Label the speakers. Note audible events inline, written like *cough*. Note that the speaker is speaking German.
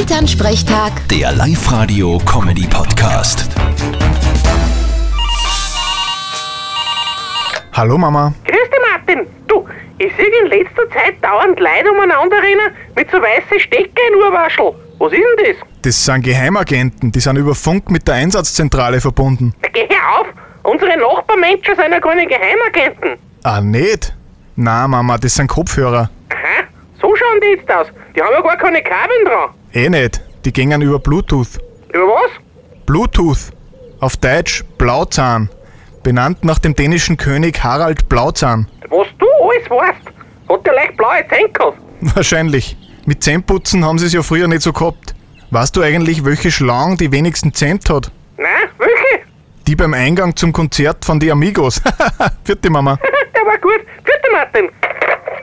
Speaker 1: Elternsprechtag,
Speaker 2: Der Live-Radio-Comedy-Podcast.
Speaker 3: Hallo Mama.
Speaker 4: Grüß dich, Martin. Du, ich sehe in letzter Zeit dauernd Leute umeinander rennen mit so weißen Stecker in Urwaschel. Was ist denn das?
Speaker 3: Das sind Geheimagenten, die sind über Funk mit der Einsatzzentrale verbunden.
Speaker 4: Da geh her auf! Unsere Nachbarmenschen sind ja keine Geheimagenten.
Speaker 3: Ah, nicht? Na Mama, das sind Kopfhörer.
Speaker 4: Aha, so schauen die jetzt aus. Die haben ja gar keine Kabeln dran.
Speaker 3: Eh nicht, die gingen über Bluetooth.
Speaker 4: Über was?
Speaker 3: Bluetooth, auf Deutsch Blauzahn, benannt nach dem dänischen König Harald Blauzahn. *laughs*
Speaker 4: Was du alles weißt, hat der leicht blaue Zenkel.
Speaker 3: Wahrscheinlich. Mit Zähneputzen haben sie es ja früher nicht so gehabt. Weißt du eigentlich, welche Schlange die wenigsten Cent hat?
Speaker 4: Na, welche? *laughs*
Speaker 3: Die beim Eingang zum Konzert von die Amigos. *laughs* Vierte Mama.
Speaker 4: der war gut. Grüß dich, Martin.